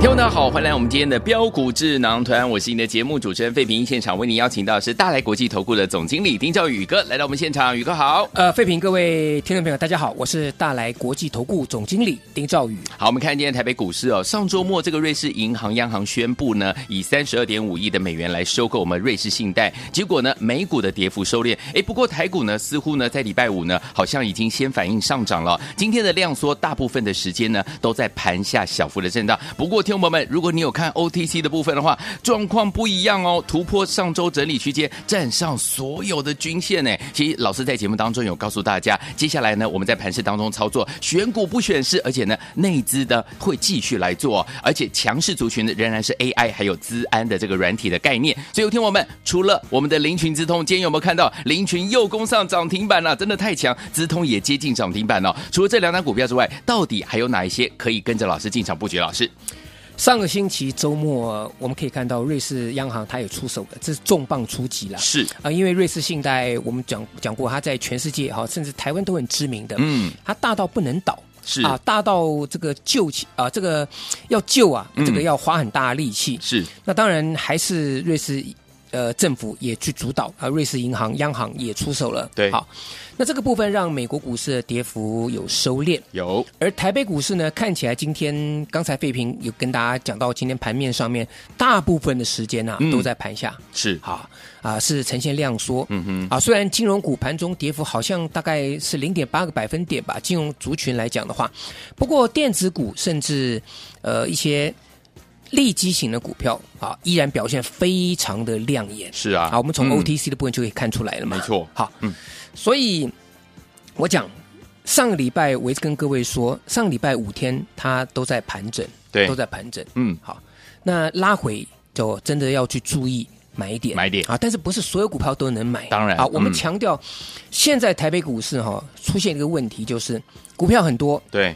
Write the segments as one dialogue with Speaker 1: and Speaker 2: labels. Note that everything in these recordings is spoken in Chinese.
Speaker 1: 听众大家好，欢迎来我们今天的标股智囊团，我是你的节目主持人费平。现场为您邀请到的是大来国际投顾的总经理丁兆宇宇哥来到我们现场，宇哥好。
Speaker 2: 呃，废品各位听众朋友，大家好，我是大来国际投顾总经理丁兆宇。
Speaker 1: 好，我们看今天台北股市哦，上周末这个瑞士银行央行宣布呢，以三十二点五亿的美元来收购我们瑞士信贷，结果呢，美股的跌幅收敛，诶，不过台股呢，似乎呢在礼拜五呢，好像已经先反应上涨了。今天的量缩，大部分的时间呢都在盘下小幅的震荡。不过，听众朋友们，如果你有看 OTC 的部分的话，状况不一样哦，突破上周整理区间，站上所有的均线呢。其实老师在节目当中有告诉大家，接下来呢，我们在盘市当中操作选股不选市，而且呢，内资的会继续来做、哦，而且强势族群呢仍然是 AI 还有资安的这个软体的概念。所以，听我们除了我们的林群之通，今天有没有看到林群又攻上涨停板了、真的太强，资通也接近涨停板了、除了这两档股票之外，到底还有哪一些可以跟着老师进场布局？老师，
Speaker 2: 上个星期周末，我们可以看到瑞士央行它有出手的，这是重磅出击啦。
Speaker 1: 是
Speaker 2: 啊、因为瑞士信贷我们讲讲过，它在全世界哈，甚至台湾都很知名的，
Speaker 1: 嗯，
Speaker 2: 它大到不能倒。
Speaker 1: 是
Speaker 2: 啊，大到这个救起啊，这个要救啊，
Speaker 1: 嗯
Speaker 2: 这个要花很大的力气。
Speaker 1: 是
Speaker 2: 那当然还是瑞士呃政府也去主导啊，瑞士银行、央行也出手了。
Speaker 1: 对
Speaker 2: 好，那这个部分让美国股市的跌幅有收敛，
Speaker 1: 有
Speaker 2: 而台北股市呢，看起来今天刚才费平有跟大家讲到，今天盘面上面大部分的时间呢、啊
Speaker 1: 嗯
Speaker 2: 都在盘下。
Speaker 1: 是
Speaker 2: 好啊、是呈现量缩。
Speaker 1: 嗯哼
Speaker 2: 啊，虽然金融股盘中跌幅好像大概是零点八个百分点吧，金融族群来讲的话，不过电子股甚至呃一些利基型的股票啊，依然表现非常的亮眼。
Speaker 1: 是啊，
Speaker 2: 啊，我们从
Speaker 1: 嗯
Speaker 2: OTC 的部分就可以看出来了嘛。
Speaker 1: 没错
Speaker 2: 好，
Speaker 1: 嗯
Speaker 2: 嗯，所以我讲上个礼拜我一直跟各位说，上个礼拜五天它都在盘整，
Speaker 1: 对
Speaker 2: 都在盘整。
Speaker 1: 嗯
Speaker 2: 好，那拉回就真的要去注意买点，
Speaker 1: 买点
Speaker 2: 啊，但是不是所有股票都能买？
Speaker 1: 当然
Speaker 2: 啊，我们
Speaker 1: 嗯
Speaker 2: 强调，现在台北股市哈、出现一个问题，就是股票很多，
Speaker 1: 对，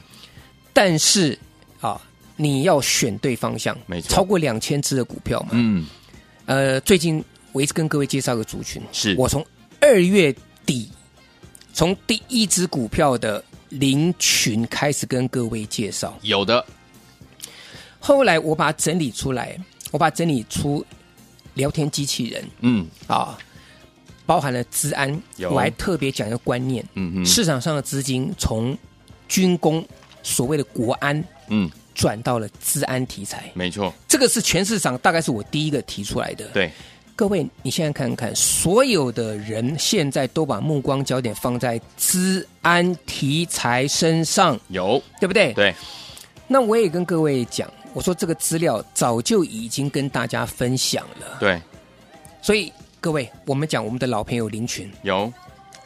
Speaker 2: 但是啊，你要选对方向，
Speaker 1: 没错
Speaker 2: 超过两千只的股票嘛。
Speaker 1: 嗯，
Speaker 2: 呃，最近我一直跟各位介绍个族群，
Speaker 1: 是
Speaker 2: 我从二月底从第一只股票的林群开始跟各位介绍，
Speaker 1: 有的
Speaker 2: 后来我把它整理出来，我把它整理出聊天机器人
Speaker 1: 嗯
Speaker 2: 啊，包含了资安，
Speaker 1: 有
Speaker 2: 我还特别讲一个观念，
Speaker 1: 嗯哼
Speaker 2: 市场上的资金从军工所谓的国安
Speaker 1: 嗯，
Speaker 2: 转到了资安题材，
Speaker 1: 没错，
Speaker 2: 这个是全市场大概是我第一个提出来的。，
Speaker 1: 对，
Speaker 2: 各位你现在看看，所有的人现在都把目光焦点放在资安题材身上，
Speaker 1: 有
Speaker 2: 对不对？
Speaker 1: 对，
Speaker 2: 那我也跟各位讲，我说这个资料早就已经跟大家分享了，
Speaker 1: 对，
Speaker 2: 所以各位，我们讲我们的老朋友林群，
Speaker 1: 有，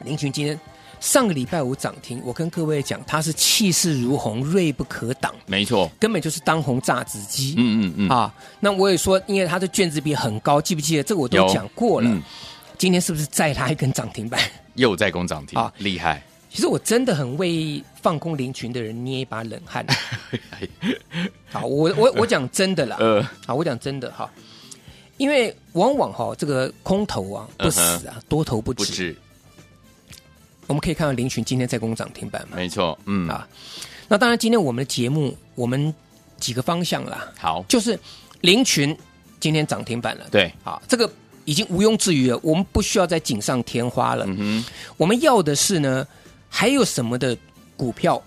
Speaker 2: 林群今天上个礼拜五涨停，我跟各位讲，它是气势如虹，锐不可挡，
Speaker 1: 没错，
Speaker 2: 根本就是当红炸子鸡。
Speaker 1: 嗯嗯嗯，
Speaker 2: 啊，那我也说，因为它的卷子比很高，记不记得？这个我都
Speaker 1: 有
Speaker 2: 讲过了。
Speaker 1: 嗯
Speaker 2: 今天是不是再拉一根涨停板？
Speaker 1: 又在攻涨停
Speaker 2: 啊
Speaker 1: 厉 害，
Speaker 2: 其实我真的很为放空林群的人捏一把 冷汗。
Speaker 1: 哎
Speaker 2: 好，我我我讲真的啦，
Speaker 1: 呃，
Speaker 2: 好，我讲真的哈，因为往往哈这个空头啊不死啊，多头不
Speaker 1: 嗯不
Speaker 2: 止。
Speaker 1: 止，
Speaker 2: 我们可以看到林群今天在攻涨停板嘛。
Speaker 1: 没错，嗯，
Speaker 2: 啊那当然，今天我们的节目我们几个方向啦，
Speaker 1: 好，
Speaker 2: 就是林群今天涨停板了，
Speaker 1: 对，
Speaker 2: 啊，这个已经毋庸置疑了，我们不需要再锦上添花了。
Speaker 1: 嗯哼，
Speaker 2: 我们要的是呢，还有什么的股票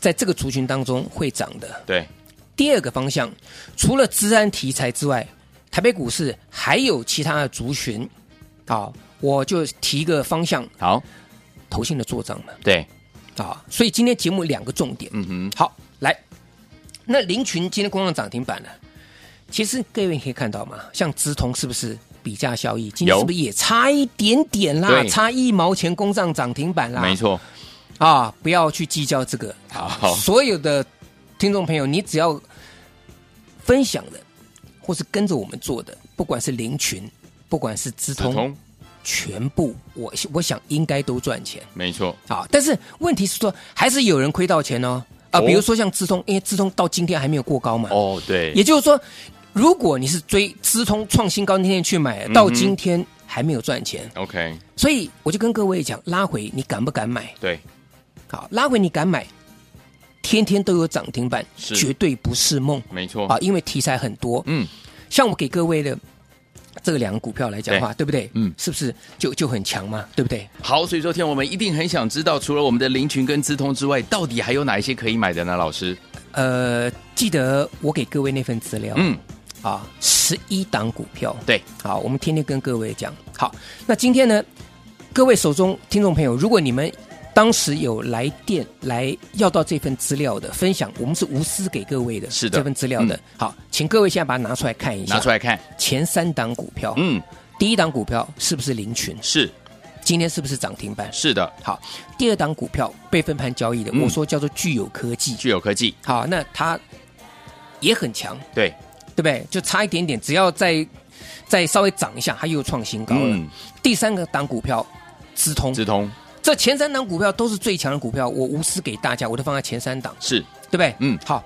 Speaker 2: 在这个族群当中会涨的？
Speaker 1: 对，
Speaker 2: 第二个方向，除了治安题材之外，台北股市还有其他的族群。好，我就提一个方向，
Speaker 1: 好，
Speaker 2: 投信的做账嘛。
Speaker 1: 对，
Speaker 2: 啊，所以今天节目两个重点。
Speaker 1: 嗯哼，
Speaker 2: 好，来，那林群今天攻上涨停板了，其实各位可以看到嘛，像资通是不是比价效益，今
Speaker 1: 有
Speaker 2: 天是不是也差一点点啦？
Speaker 1: 对
Speaker 2: 差一毛钱攻上涨停板啦？
Speaker 1: 没错，
Speaker 2: 啊，不要去计较这个。
Speaker 1: 好
Speaker 2: 所有的听众朋友，你只要分享的，或是跟着我们做的，不管是林群，不管是资
Speaker 1: 子
Speaker 2: 通，全部我我想应该都赚钱
Speaker 1: 没错，
Speaker 2: 啊。但是问题是说，还是有人亏到钱哦。啊，
Speaker 1: 哦
Speaker 2: 比如说像资通，因为资通到今天还没有过高嘛。
Speaker 1: 哦，对，
Speaker 2: 也就是说，如果你是追资通创新高那天去
Speaker 1: 嗯
Speaker 2: 买，到今天还没有赚钱，
Speaker 1: OK，
Speaker 2: 所以我就跟各位讲，拉回你敢不敢买？
Speaker 1: 对，
Speaker 2: 好，拉回你敢买，天天都有涨停板，
Speaker 1: 是
Speaker 2: 绝对不是梦
Speaker 1: 没错，
Speaker 2: 啊！因为题材很多，
Speaker 1: 嗯，
Speaker 2: 像我给各位的这两个股票来讲的话，对不对？
Speaker 1: 嗯
Speaker 2: 是不是就就很强嘛？对不对？
Speaker 1: 好，所以说，天我们一定很想知道，除了我们的林群跟资通之外，到底还有哪一些可以买的呢？老师，
Speaker 2: 呃，记得我给各位那份资料，
Speaker 1: 嗯，
Speaker 2: 啊，十一档股票，
Speaker 1: 对，
Speaker 2: 好，我们天天跟各位讲。好，那今天呢，各位手中听众朋友，如果你们当时有来电来要到这份资料的分享，我们是无私给各位的，
Speaker 1: 是的
Speaker 2: 这份资料的。
Speaker 1: 嗯
Speaker 2: 好，请各位现在把它拿出来看一下，
Speaker 1: 拿出来看，
Speaker 2: 前三档股票，
Speaker 1: 嗯，
Speaker 2: 第一档股票是不是林群？
Speaker 1: 是
Speaker 2: 今天是不是涨停板？
Speaker 1: 是的，
Speaker 2: 好，第二档股票被分盘交易的，
Speaker 1: 嗯
Speaker 2: 我说叫做具有科技，
Speaker 1: 具有科技，
Speaker 2: 好，那它也很强，
Speaker 1: 对，
Speaker 2: 对不对？就差一点点，只要再再稍微涨一下，它又创新高了。
Speaker 1: 嗯
Speaker 2: 第三个档股票，资通，
Speaker 1: 资通
Speaker 2: 这前三档股票都是最强的股票，我无私给大家，我都放在前三档，
Speaker 1: 是
Speaker 2: 对不对？
Speaker 1: 嗯
Speaker 2: 好。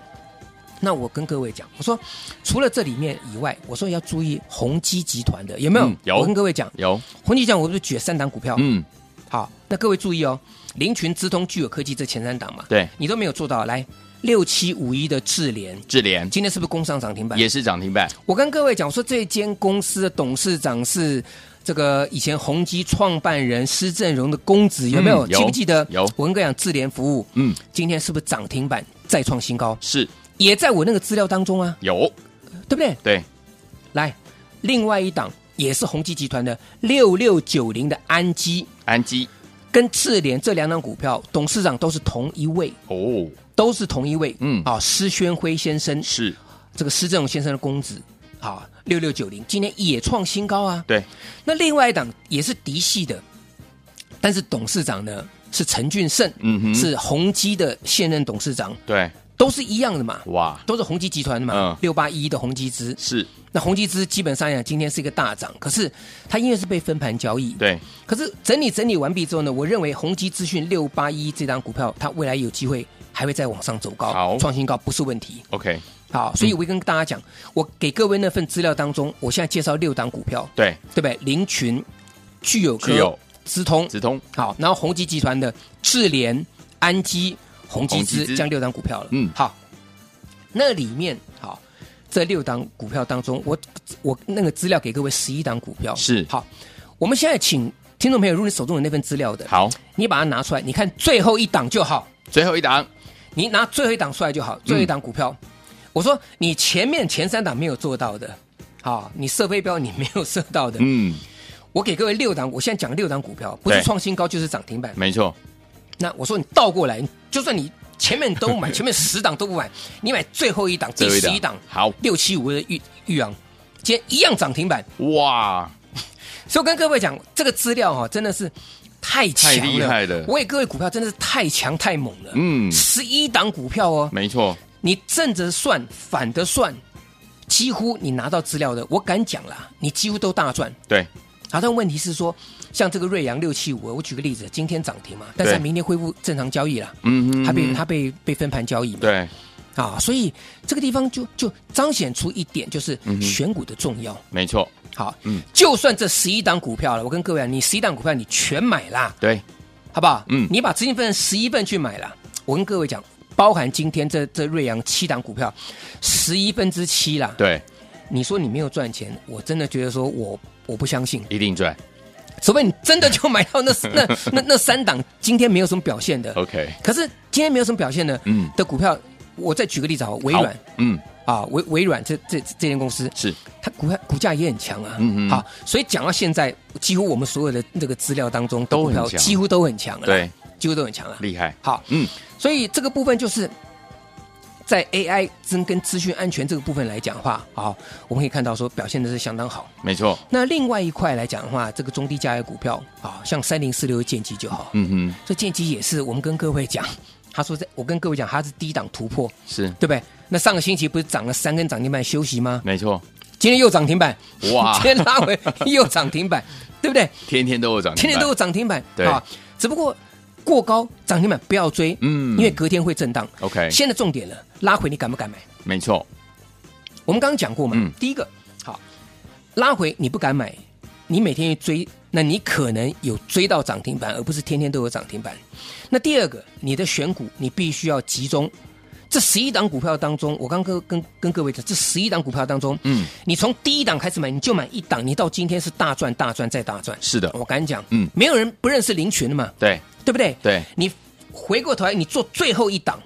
Speaker 2: 那我跟各位讲，我说除了这里面以外，我说要注意宏基集团的有没有？
Speaker 1: 嗯有
Speaker 2: 我跟各位讲，
Speaker 1: 有，
Speaker 2: 宏基集团我不是举了三档股票？
Speaker 1: 嗯，
Speaker 2: 好，那各位注意哦，林群、资通、具有科技这前三档嘛，
Speaker 1: 对，
Speaker 2: 你都没有做到。来，六七五一的智联，
Speaker 1: 智联
Speaker 2: 今天是不是攻上涨停板？
Speaker 1: 也是涨停板，
Speaker 2: 我跟各位讲说，这间公司的董事长是这个以前宏基创办人施正荣的公子，有没有？
Speaker 1: 嗯有
Speaker 2: 记不记得？
Speaker 1: 有
Speaker 2: 我跟各位讲，智联服务
Speaker 1: 嗯，
Speaker 2: 今天是不是涨停板再创新高？
Speaker 1: 是
Speaker 2: 也在我那个资料当中啊，
Speaker 1: 有，
Speaker 2: 对不对？
Speaker 1: 对，
Speaker 2: 来，另外一档也是宏基集团的六六九零的安基
Speaker 1: 安基
Speaker 2: 跟智联这两档股票，董事长都是同一位，
Speaker 1: 哦，
Speaker 2: 都是同一位。
Speaker 1: 嗯
Speaker 2: 啊，施宣辉先生，
Speaker 1: 是
Speaker 2: 这个施正荣先生的公子，啊，六六九零今天也创新高啊。
Speaker 1: 对，
Speaker 2: 那另外一档也是嫡系的，但是董事长呢是陈俊胜，
Speaker 1: 嗯哼
Speaker 2: 是宏基的现任董事长，
Speaker 1: 对，
Speaker 2: 都是一样的嘛，
Speaker 1: 哇，
Speaker 2: 都是宏基集团的嘛
Speaker 1: 嗯，
Speaker 2: 六八一的宏基资。
Speaker 1: 是
Speaker 2: 那宏基资基本上讲今天是一个大涨，可是它因为是被分盘交易，，
Speaker 1: 对，
Speaker 2: 可是整理整理完毕之后呢，我认为宏基资讯六八一这档股票，它未来有机会还会再往上走
Speaker 1: 好嗯
Speaker 2: 高，创新高不是问题。
Speaker 1: OK，
Speaker 2: 好，所以我会跟大家讲，我给各位那份资料当中，我现在介绍六档股票，
Speaker 1: 对，
Speaker 2: 对不对？林群、具有科、
Speaker 1: 具有
Speaker 2: 资通，
Speaker 1: 资通，
Speaker 2: 好，然后宏基集团的智联、安基、宏基
Speaker 1: 宏基
Speaker 2: 资
Speaker 1: 资
Speaker 2: 这样六档股票了。
Speaker 1: 嗯
Speaker 2: 好，那里面好这六档股票当中，我我那个资料给各位十一档股票
Speaker 1: 是
Speaker 2: 好。我们现在请听众朋友，如果你手中有那份资料的，
Speaker 1: 好，
Speaker 2: 你把它拿出来，你看最后一档就好，
Speaker 1: 最后一档
Speaker 2: 你拿最后一档出来就
Speaker 1: 嗯
Speaker 2: 好，最后一档股票。我说你前面前三档没有做到的，好，你射飞镖你没有射到的，
Speaker 1: 嗯，
Speaker 2: 我给各位六档，我现在讲六档股票，不是
Speaker 1: 对
Speaker 2: 创新高就是涨停板。
Speaker 1: 没错，
Speaker 2: 那我说你倒过来，就算你前面 都买，前面十档都不买，你买最后一档第
Speaker 1: 最后一
Speaker 2: 十
Speaker 1: 档
Speaker 2: 一档
Speaker 1: 好
Speaker 2: 六七五的玉玉昂，今天一样涨停板。
Speaker 1: 哇，
Speaker 2: 所以我跟各位讲，这个资料哈、真的是太强了，
Speaker 1: 太厉害了
Speaker 2: 我给各位股票真的是太强太猛了，
Speaker 1: 嗯
Speaker 2: 十一档股票哦，
Speaker 1: 没错，
Speaker 2: 你正着算，反着算，几乎你拿到资料的，我敢讲啦，你几乎都大赚。
Speaker 1: 对，
Speaker 2: 好，但问题是说，像这个瑞阳六七五，我举个例子，今天涨停嘛，但是它
Speaker 1: 对
Speaker 2: 明天恢复正常交易了，
Speaker 1: 嗯哼
Speaker 2: 它被它被被分盘交易嘛，
Speaker 1: 对，
Speaker 2: 啊，所以这个地方就就彰显出一点，就是选股的重要。
Speaker 1: 没错，
Speaker 2: 好，
Speaker 1: 嗯
Speaker 2: 就算这十一档股票了，我跟各位啊讲，你十一档股票你全买啦，
Speaker 1: 对，
Speaker 2: 好不好？
Speaker 1: 嗯
Speaker 2: 你把资金分成十一份去买啦。我跟各位讲，包含今天这这瑞阳七档股票，十一分之七啦。
Speaker 1: 对，
Speaker 2: 你说你没有赚钱，我真的觉得说我我不相信，
Speaker 1: 一定赚
Speaker 2: 除非你真的就买 到那那那那三档今天没有什么表现的。
Speaker 1: ，OK，
Speaker 2: 可是今天没有什么表现的，
Speaker 1: 嗯
Speaker 2: 的股票，我再举个例子好了，微
Speaker 1: 好
Speaker 2: 软，
Speaker 1: 嗯，
Speaker 2: 啊，微微软这这这间公司，
Speaker 1: 是
Speaker 2: 它股票股价也很强啊，
Speaker 1: 嗯嗯
Speaker 2: 好，所以讲到现在，几乎我们所有的这个资料当中，
Speaker 1: 都
Speaker 2: 股票
Speaker 1: 很强
Speaker 2: 几乎都很强了，
Speaker 1: 对，
Speaker 2: 几乎都很强了。
Speaker 1: 厉害，
Speaker 2: 好，
Speaker 1: 嗯，
Speaker 2: 所以这个部分就是在 AI 真跟资讯安全这个部分来讲的话，好，我们可以看到说表现的是相当好。
Speaker 1: 没错，
Speaker 2: 那另外一块来讲的话，这个中低价位股票啊，像三零四六剑机就好，
Speaker 1: 嗯哼，
Speaker 2: 这剑机也是我们跟各位讲，他说在我跟各位讲，它是低档突破，
Speaker 1: 是
Speaker 2: 对不对？那上个星期不是涨了三根涨停板休息吗？
Speaker 1: 没 错，
Speaker 2: 今天又涨停板，
Speaker 1: 哇
Speaker 2: 今天拉回 又涨停板，对不对？
Speaker 1: 天天都有涨停板，
Speaker 2: 天天都有涨停板，
Speaker 1: 对
Speaker 2: 啊，只不过过高涨停板不要追，
Speaker 1: 嗯
Speaker 2: 因为隔天会震荡。
Speaker 1: OK，
Speaker 2: 现在重点了，拉回你敢不敢买？
Speaker 1: 没错，
Speaker 2: 我们刚刚讲过嘛，
Speaker 1: 嗯
Speaker 2: 第一个好，拉回你不敢买，你每天去追，那你可能有追到涨停板，而不是天天都有涨停板。那第二个，你的选股你必须要集中。这十一档股票当中，我刚跟跟跟各位讲，这十一档股票当中，
Speaker 1: 嗯，
Speaker 2: 你从第一档开始买，你就买一档，你到今天是大赚大赚再大赚。
Speaker 1: 是的
Speaker 2: 我敢讲，
Speaker 1: 嗯
Speaker 2: 没有人不认识林群的嘛，
Speaker 1: 对，
Speaker 2: 对不对？
Speaker 1: 对
Speaker 2: 你回过头来，你做最后一档，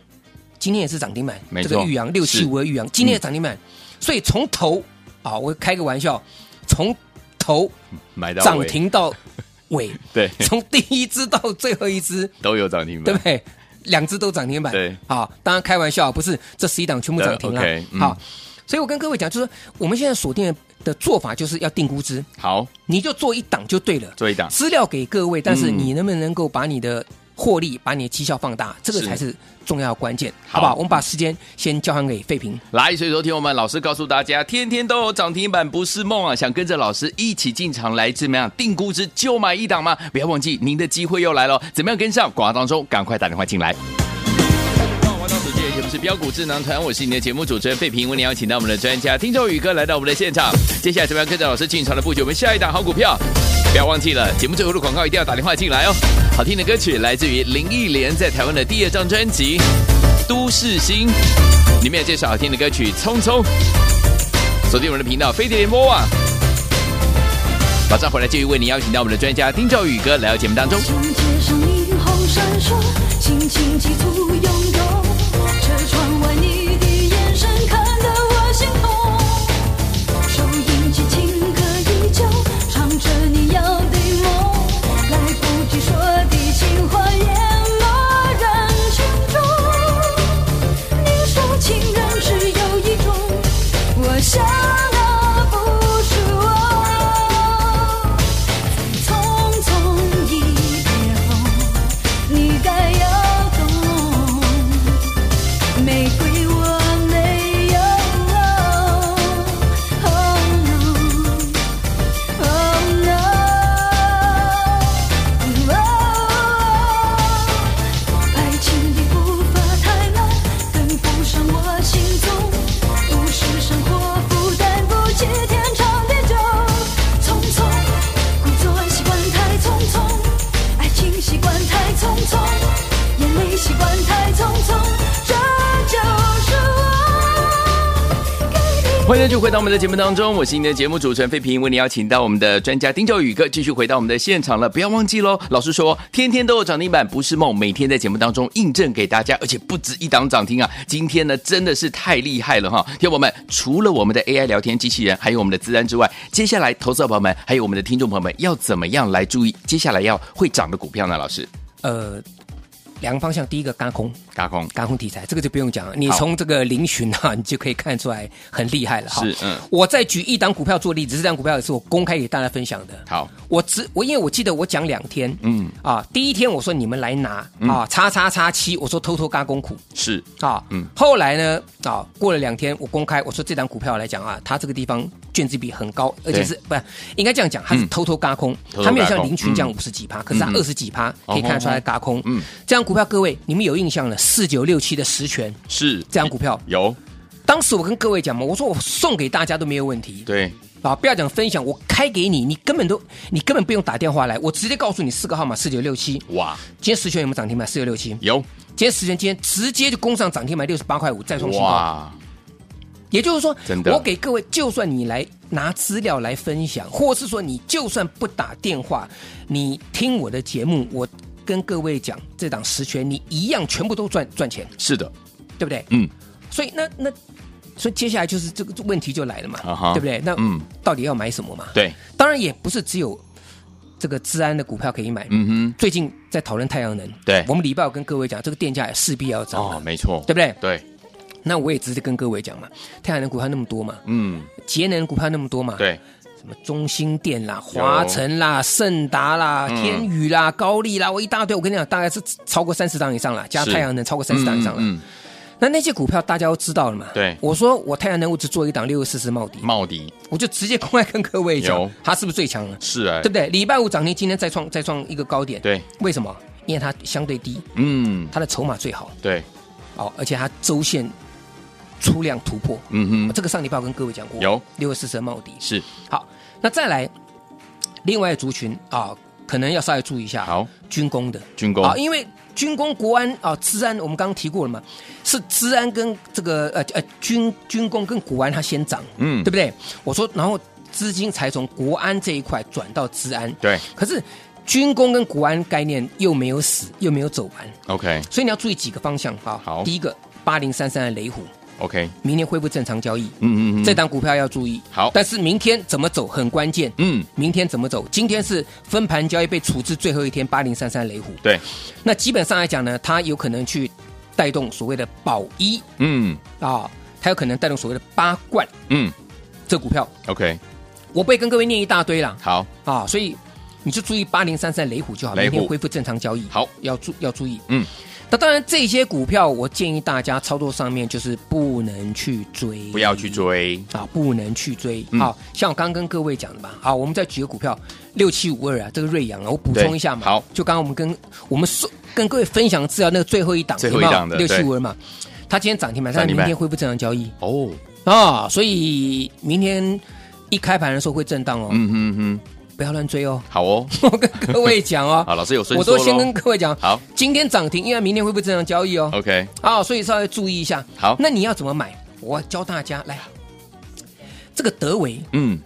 Speaker 2: 今天也是涨停板，
Speaker 1: 没错
Speaker 2: 这个玉阳六
Speaker 1: 是
Speaker 2: 七五的玉阳，今天也涨停板，所以从头啊，我开个玩笑，从头
Speaker 1: 买到
Speaker 2: 涨
Speaker 1: 位，
Speaker 2: 停到 尾，
Speaker 1: 对，
Speaker 2: 从第一只到最后一只，
Speaker 1: 都有涨停
Speaker 2: 对
Speaker 1: 板
Speaker 2: 不，对？两只都涨停板，
Speaker 1: 对
Speaker 2: 啊，当然开玩笑，不是这十一档全部涨停了，
Speaker 1: 对，OK，嗯
Speaker 2: 好，所以我跟各位讲，就是我们现在锁定的做法就是要定估值，
Speaker 1: 好，
Speaker 2: 你就做一档就对了，
Speaker 1: 做一档，
Speaker 2: 资料给各位，但是
Speaker 1: 嗯
Speaker 2: 你能不能够把你的获利、把你的绩效放大，这个
Speaker 1: 是
Speaker 2: 才是重要的关键，
Speaker 1: 好
Speaker 2: 好不好？我们把时间先交还给费平。
Speaker 1: 来，所以昨天我们老师告诉大家，天天都有涨停板不是梦啊！想跟着老师一起进场来怎么样定估值就买一档吗？不要忘记您的机会又来了，怎么样跟上？广告当中赶快打电话进来。欢迎到主持人节目是标股智囊团，我是你的节目主持人费平，为您邀请到我们的专家听众宇哥来到我们的现场。接下来怎么样跟着老师进场的布局？我们下一档好股票，不要忘记了，节目最后的广告一定要打电话进来哦。好听的歌曲来自于林忆莲在台湾的第二张专辑《都市心》，里面有这首好听的歌曲《匆匆》。锁定我们的频道飞碟联播网，马上回来继续为您邀请到我们的专家丁兆宇哥来到节目当中。
Speaker 3: 从街上霓虹闪烁，心情急促涌动。车窗外你的眼神看得我心痛。收音机情歌依旧，唱着你要的梦，来不及说的情话淹没人群中。你说情人只有一种，我想而不说。匆匆一别后，你该要懂，玫瑰我没有。Oh no, oh no, oh，爱情的步伐太慢，跟不上我行踪，都市生活负担不起天长地久，匆匆。工作习惯太匆匆，爱情习惯太匆匆，眼泪习惯太匆匆，这就是我给你。
Speaker 1: 欢迎继续回到我们的节目当中，我是您的节目主持人费平，为您邀请到我们的专家丁兆宇哥继续回到我们的现场了。不要忘记喽，老师说天天都有涨停板不是梦，每天在节目当中印证给大家，而且不止一档涨停啊！今天呢真的是太厉害了哈！听众朋友们，除了我们的 AI 聊天机器人，还有我们的资安之外，接下来投资者朋友们还有我们的听众朋友们要怎么样来注意接下来要会涨的股票呢？老师，
Speaker 2: 呃，两个方向，第一个嘎空，
Speaker 1: 嘎空
Speaker 2: 嘎空题材，这个就不用讲了，你
Speaker 1: 好
Speaker 2: 从这个林群啊，你就可以看出来很厉害了哈。
Speaker 1: 是嗯
Speaker 2: 我再举一档股票做例子，这档股票也是我公开给大家分享的。
Speaker 1: 好，
Speaker 2: 我只我因为我记得我讲两天，
Speaker 1: 嗯
Speaker 2: 嗯啊，第一天我说你们来拿啊，叉叉叉七，我说偷偷嘎公股，
Speaker 1: 是
Speaker 2: 啊，
Speaker 1: 嗯
Speaker 2: 后来呢，啊，过了两天，我公开我说这档股票来讲啊，它这个地方卷子比很高，而且是不应该这样讲，它是
Speaker 1: 嗯
Speaker 2: 偷偷嘎空，
Speaker 1: 偷偷
Speaker 2: 它没有
Speaker 1: 嘎
Speaker 2: 像
Speaker 1: 空
Speaker 2: 林群这样
Speaker 1: 嗯
Speaker 2: 五十几趴，可是它
Speaker 1: 嗯嗯
Speaker 2: 二十几趴，可以看得出来嘎空。
Speaker 1: 嗯
Speaker 2: 嗯，这张股票各位你们有印象了，四九六七的实权
Speaker 1: 是
Speaker 2: 这张股票，
Speaker 1: 有
Speaker 2: 当时我跟各位讲嘛，我说我送给大家都没有问题。
Speaker 1: 对
Speaker 2: 啊，不要讲分享，我开给你，你根本都你根本不用打电话来，我直接告诉你四个号码四九六七。
Speaker 1: 哇
Speaker 2: 今天实权有没有涨停板？四九六七。
Speaker 1: 有
Speaker 2: 今天实权今天直接就攻上涨停板六十八块五，再创新高。
Speaker 1: 哇
Speaker 2: 也就是说
Speaker 1: 真，的
Speaker 2: 我给各位，就算你来拿资料来分享，或是说你就算不打电话，你听我的节目，我跟各位讲，这档实权你一样全部都赚赚钱，
Speaker 1: 是的
Speaker 2: 对不对？
Speaker 1: 嗯
Speaker 2: 所以那那。所以接下来就是这个问题就来了嘛
Speaker 1: 啊哈
Speaker 2: 对不对？那
Speaker 1: 嗯
Speaker 2: 到底要买什么嘛？
Speaker 1: 对
Speaker 2: 当然也不是只有这个治安的股票可以买。
Speaker 1: 嗯哼。
Speaker 2: 最近在讨论太阳能，
Speaker 1: 对
Speaker 2: 我们礼拜有跟各位讲，这个电价也势必要涨了
Speaker 1: 哦，没错，
Speaker 2: 对不对
Speaker 1: 对，
Speaker 2: 那我也只是跟各位讲嘛，太阳能股票那么多嘛，
Speaker 1: 嗯，
Speaker 2: 节能股票那么多嘛，，
Speaker 1: 对，
Speaker 2: 什么中兴电啦、华晨啦、盛达啦、
Speaker 1: 嗯
Speaker 2: 天宇啦、高丽啦，我一大堆，我跟你讲，大概是超过三十档以上啦，加
Speaker 1: 是
Speaker 2: 太阳能超过三十档以上了。
Speaker 1: 嗯，嗯
Speaker 2: 那那些股票大家都知道了嘛？
Speaker 1: 对
Speaker 2: 我说我太阳能我只做一档六十四十茂迪
Speaker 1: 嗯，茂迪
Speaker 2: 我就直接公开跟各位
Speaker 1: 有
Speaker 2: 讲，它是不是最强了？
Speaker 1: 是哎
Speaker 2: 对，不对？礼拜五涨停，今天再创再创一个高点，，
Speaker 1: 对，
Speaker 2: 为什么？因为它相对低，
Speaker 1: 嗯，
Speaker 2: 它的筹码最好，
Speaker 1: 对，
Speaker 2: 哦，而且它周线出量突破，
Speaker 1: 嗯哼，
Speaker 2: 这个上礼拜我跟各位讲过，
Speaker 1: 有
Speaker 2: 六十四十茂迪，
Speaker 1: 是
Speaker 2: 好，那再来另外一个族群啊、可能要稍微注意一下。
Speaker 1: 好，
Speaker 2: 军工的
Speaker 1: 军工
Speaker 2: 啊，因为军工、国安啊、治安，我们刚刚提过了嘛，是治安跟这个呃呃军军工跟国安它先涨，
Speaker 1: 嗯
Speaker 2: 对不对？我说，然后资金才从国安这一块转到治安，
Speaker 1: 对
Speaker 2: 可是军工跟国安概念又没有死，又没有走完，
Speaker 1: ，OK
Speaker 2: 所以你要注意几个方向啊。
Speaker 1: 好
Speaker 2: 第一个八零三三的雷虎，
Speaker 1: OK，
Speaker 2: 明年恢复正常交易，
Speaker 1: 嗯嗯嗯，
Speaker 2: 这档股票要注意。
Speaker 1: 好
Speaker 2: 但是明天怎么走很关键。
Speaker 1: 嗯，
Speaker 2: 明天怎么走？今天是分盘交易被处置最后一天，八零三三雷虎。
Speaker 1: 对，
Speaker 2: 那基本上来讲呢，它有可能去带动所谓的保一
Speaker 1: 嗯
Speaker 2: 啊，它有可能带动所谓的八冠
Speaker 1: 嗯
Speaker 2: 这股票。
Speaker 1: ，OK，
Speaker 2: 我不会跟各位念一大堆啦
Speaker 1: 好，
Speaker 2: 啊，所以你就注意八零三三雷虎就好，
Speaker 1: 雷
Speaker 2: 明
Speaker 1: 虎
Speaker 2: 天恢复正常交易。
Speaker 1: 好，
Speaker 2: 要注要注意。
Speaker 1: 嗯，
Speaker 2: 那当然这些股票，我建议大家操作上面就是不能去追，
Speaker 1: 不要去追，
Speaker 2: 啊，不能去追。好、
Speaker 1: 嗯
Speaker 2: 像我刚刚跟各位讲的嘛，好，我们再举个股票六七五二啊，这个瑞阳啊，我补充一下嘛。
Speaker 1: 对好
Speaker 2: 就刚刚我们跟我们说跟各位分享的资料那个最后一档，
Speaker 1: 最后一档的
Speaker 2: 六
Speaker 1: 对
Speaker 2: 七五二嘛，它今天涨停板，
Speaker 1: 涨
Speaker 2: 但
Speaker 1: 停
Speaker 2: 明
Speaker 1: 板
Speaker 2: 天恢复正常交易
Speaker 1: 哦，
Speaker 2: 啊、所以明天一开盘的时候会震荡哦，
Speaker 1: 嗯哼哼，
Speaker 2: 不要乱追哦。
Speaker 1: 好哦，
Speaker 2: 我跟各位讲哦，
Speaker 1: 好，老师有伸
Speaker 2: 我
Speaker 1: 缩
Speaker 2: 都先
Speaker 1: 咯
Speaker 2: 跟各位讲，
Speaker 1: 好
Speaker 2: 今天涨停，因为明天恢复正常交易哦。
Speaker 1: ，OK，
Speaker 2: 啊、所以稍微注意一下。
Speaker 1: 好
Speaker 2: 那你要怎么买？我教大家来，这个德维。
Speaker 1: 嗯，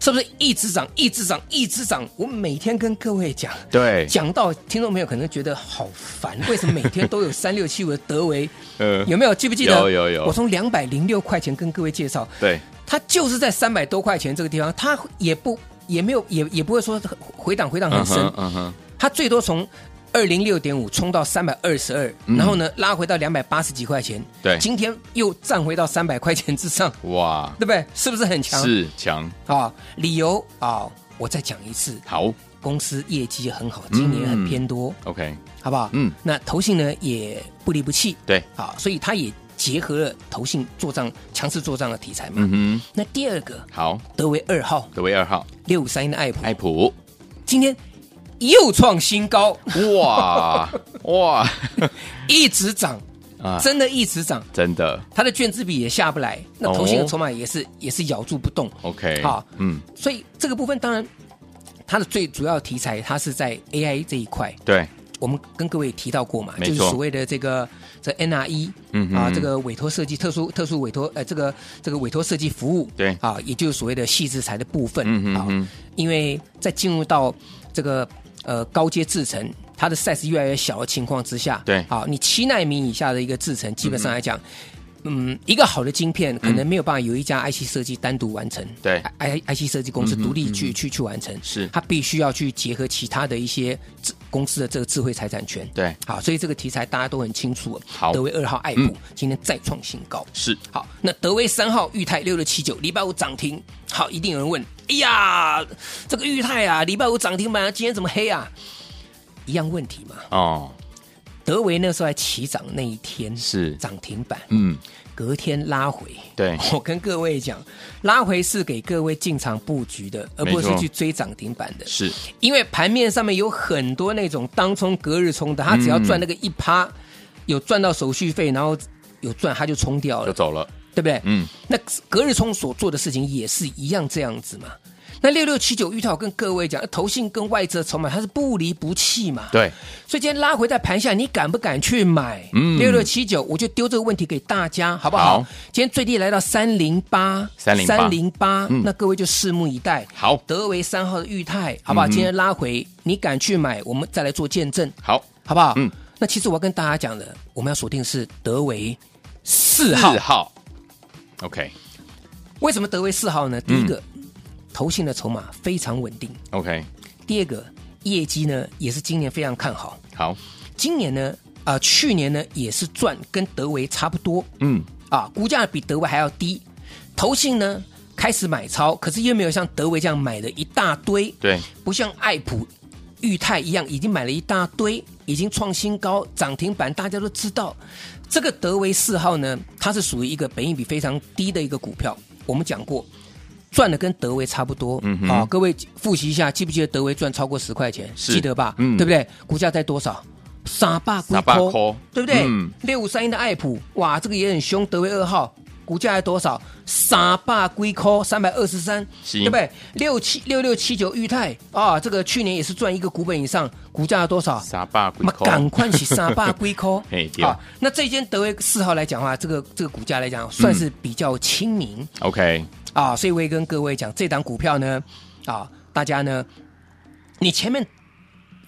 Speaker 2: 是不是一直涨，一直涨，一直涨？我每天跟各位讲，
Speaker 1: 对，
Speaker 2: 讲到听众朋友可能觉得好烦， 为什么每天都有三六七五的德维？
Speaker 1: 呃
Speaker 2: 有没有记不记得？
Speaker 1: 有有有
Speaker 2: 我从两百零六块钱跟各位介绍，
Speaker 1: 对，
Speaker 2: 它就是在三百多块钱这个地方，它也不也没有也也不会说回档回档很深，
Speaker 1: 哼嗯哼，
Speaker 2: 它最多从二零六点五冲到三百二十二，然后呢拉回到两百八十几块钱，
Speaker 1: 嗯对
Speaker 2: 今天又站回到三百块钱之上，
Speaker 1: 哇，
Speaker 2: 对不对？是不是很强？
Speaker 1: 是强，
Speaker 2: 啊、理由啊、我再讲一次，
Speaker 1: 好
Speaker 2: 公司业绩很好，今年很偏多，
Speaker 1: ，OK，
Speaker 2: 好不好？
Speaker 1: 嗯，
Speaker 2: 那投信呢也不离不弃，
Speaker 1: 对，
Speaker 2: 啊，所以它也结合了投信做账、强势做账的题材嘛。
Speaker 1: 嗯
Speaker 2: 那第二个
Speaker 1: 哼，好，
Speaker 2: 德维二号
Speaker 1: 各位二号，
Speaker 2: 六五三一的爱普，
Speaker 1: 爱普，
Speaker 2: 今天又创新高，
Speaker 1: 哇哇
Speaker 2: 一直涨，
Speaker 1: 啊，
Speaker 2: 真的一直涨，
Speaker 1: 真的
Speaker 2: 它的券资比也下不来，那投信
Speaker 1: 哦
Speaker 2: 的筹码也是、也是咬住不动，
Speaker 1: ，OK，
Speaker 2: 好
Speaker 1: 嗯，
Speaker 2: 所以这个部分当然。它的最主要题材，它是在 AI 这一块，
Speaker 1: 对，
Speaker 2: 我们跟各位提到过嘛，
Speaker 1: 没
Speaker 2: 就
Speaker 1: 错
Speaker 2: 是所谓的这个这 NRE，
Speaker 1: 嗯哼
Speaker 2: 啊，这个委托设计特殊特殊委托呃，这个这个委托设计服务，
Speaker 1: 对
Speaker 2: 啊，也就是所谓的细制材的部分，
Speaker 1: 嗯哼哼
Speaker 2: 啊，因为在进入到这个呃高阶制程。它的 size 越来越小的情况之下，
Speaker 1: 对
Speaker 2: 好，你七纳米以下的一个制程，基本上来讲，嗯，一个好的晶片可能没有办法由一家 IC 设计单独完成，
Speaker 1: 对嗯
Speaker 2: ，I I IC 设计公司独立去去去完成，
Speaker 1: 是
Speaker 2: 它必须要去结合其他的一些智公司的这个智慧财产权，
Speaker 1: 对，
Speaker 2: 好，所以这个题材大家都很清楚了。
Speaker 1: 好嗯
Speaker 2: 德威二号爱普、今天再创新高。
Speaker 1: 是
Speaker 2: 好，那德威三号裕泰六六七九，礼拜五涨停。好，一定有人问，哎呀，这个裕泰啊，礼拜五涨停板啊，今天怎么黑啊？一样问题嘛。
Speaker 1: 哦，
Speaker 2: 德维那时候在起涨那一天
Speaker 1: 是
Speaker 2: 涨停板，
Speaker 1: 嗯，
Speaker 2: 隔天拉回。
Speaker 1: 对
Speaker 2: 我跟各位讲，拉回是给各位进场布局的，而
Speaker 1: 没
Speaker 2: 不是
Speaker 1: 错
Speaker 2: 去追涨停板的。
Speaker 1: 是
Speaker 2: 因为盘面上面有很多那种当冲、隔日冲的，他只要赚那个一趴，
Speaker 1: 嗯
Speaker 2: 有赚到手续费，然后有赚他就冲掉
Speaker 1: 就
Speaker 2: 了，
Speaker 1: 走了，
Speaker 2: 对不对？
Speaker 1: 嗯，
Speaker 2: 那隔日冲所做的事情也是一样这样子嘛。那六六七九玉套跟各位讲，投信跟外资的筹码它是不离不弃嘛，。
Speaker 1: 对，
Speaker 2: 所以今天拉回在盘下，你敢不敢去买？
Speaker 1: 嗯
Speaker 2: 六六七九，我就丢这个问题给大家，好不好？
Speaker 1: 好
Speaker 2: 今天最低来到三零八，
Speaker 1: 308
Speaker 2: 三零八
Speaker 1: 嗯，
Speaker 2: 那各位就拭目以待。
Speaker 1: 好
Speaker 2: 德维三号的裕泰，好不好？
Speaker 1: 嗯哼
Speaker 2: 今天拉回，你敢去买？我们再来做见证，
Speaker 1: 好，
Speaker 2: 好不好？
Speaker 1: 嗯
Speaker 2: 嗯。那其实我要跟大家讲的，我们要锁定是德维四号
Speaker 1: 四。号，OK
Speaker 2: 为什么德维四号呢？第
Speaker 1: 嗯
Speaker 2: 一个，投信的筹码非常稳定；
Speaker 1: OK，
Speaker 2: 第二个，业绩呢也是今年非常看好。
Speaker 1: 好，
Speaker 2: 今年呢，啊、去年呢也是赚跟德维差不多
Speaker 1: 嗯，
Speaker 2: 啊，股价比德维还要低。投信呢开始买超，可是又没有像德维这样买了一大堆，
Speaker 1: 对，
Speaker 2: 不像爱普、裕泰一样已经买了一大堆，已经创新高涨停板，大家都知道。这个德维四号呢，它是属于一个本益比非常低的一个股票，我们讲过。赚的跟德维差不多，
Speaker 1: 嗯哼
Speaker 2: 好，各位复习一下，记不记得德维赚超过十块钱？
Speaker 1: 是
Speaker 2: 记得吧？
Speaker 1: 嗯
Speaker 2: 对不对？股价在多少？三八
Speaker 1: 三百块
Speaker 2: 对不对
Speaker 1: 嗯？
Speaker 2: 六五三一的爱普，哇，这个也很凶，德维二号股价还多少？三八龟科三百二十三，
Speaker 1: 是
Speaker 2: 对不对？哎六七六六七九裕泰啊，这个去年也是赚一个股本以上，股价多少？
Speaker 1: 三百几
Speaker 2: 嘛，
Speaker 1: 块，
Speaker 2: 赶快 去三八龟科
Speaker 1: 嘿对
Speaker 2: 啊！那这间德威四号来讲的话，这个这个股价来讲算是比较亲民，
Speaker 1: OK，
Speaker 2: 啊，所以我也跟各位讲，这档股票呢，啊，大家呢，你前面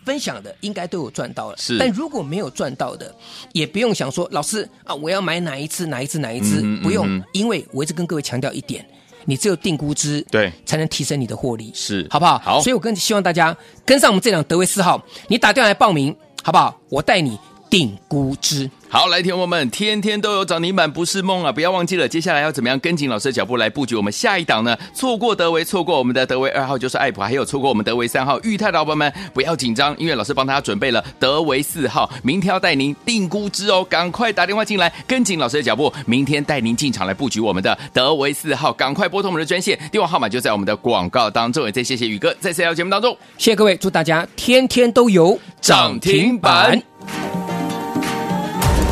Speaker 2: 分享的应该都有赚到了，
Speaker 1: 是
Speaker 2: 但如果没有赚到的，也不用想说，老师啊，我要买哪一只哪一只哪一只，
Speaker 1: 嗯哼
Speaker 2: 不用，
Speaker 1: 嗯哼
Speaker 2: 因为我一直跟各位强调一点，你只有定估值，
Speaker 1: 对
Speaker 2: 才能提升你的获利，
Speaker 1: 是
Speaker 2: 好不好？
Speaker 1: 好
Speaker 2: 所以我更希望大家跟上我们这档德威四号，你打电话来报名，好不好？我带你定估值。
Speaker 1: 好，来，听众朋友们，天天都有涨停板不是梦啊！不要忘记了，接下来要怎么样跟紧老师的脚步来布局我们下一档呢？错过德维，错过我们的德维二号就是爱普，还有错过我们德维三号裕泰的老板们，不要紧张，因为老师帮大家准备了德维四号，明天要带您定估值哦，赶快打电话进来跟紧老师的脚步，明天带您进场来布局我们的德维四号，赶快拨通我们的专线，电话号码就在我们的广告当中。也再谢谢宇哥在这条节目当中
Speaker 2: 谢谢各位，祝大家天天都有
Speaker 1: 涨停板。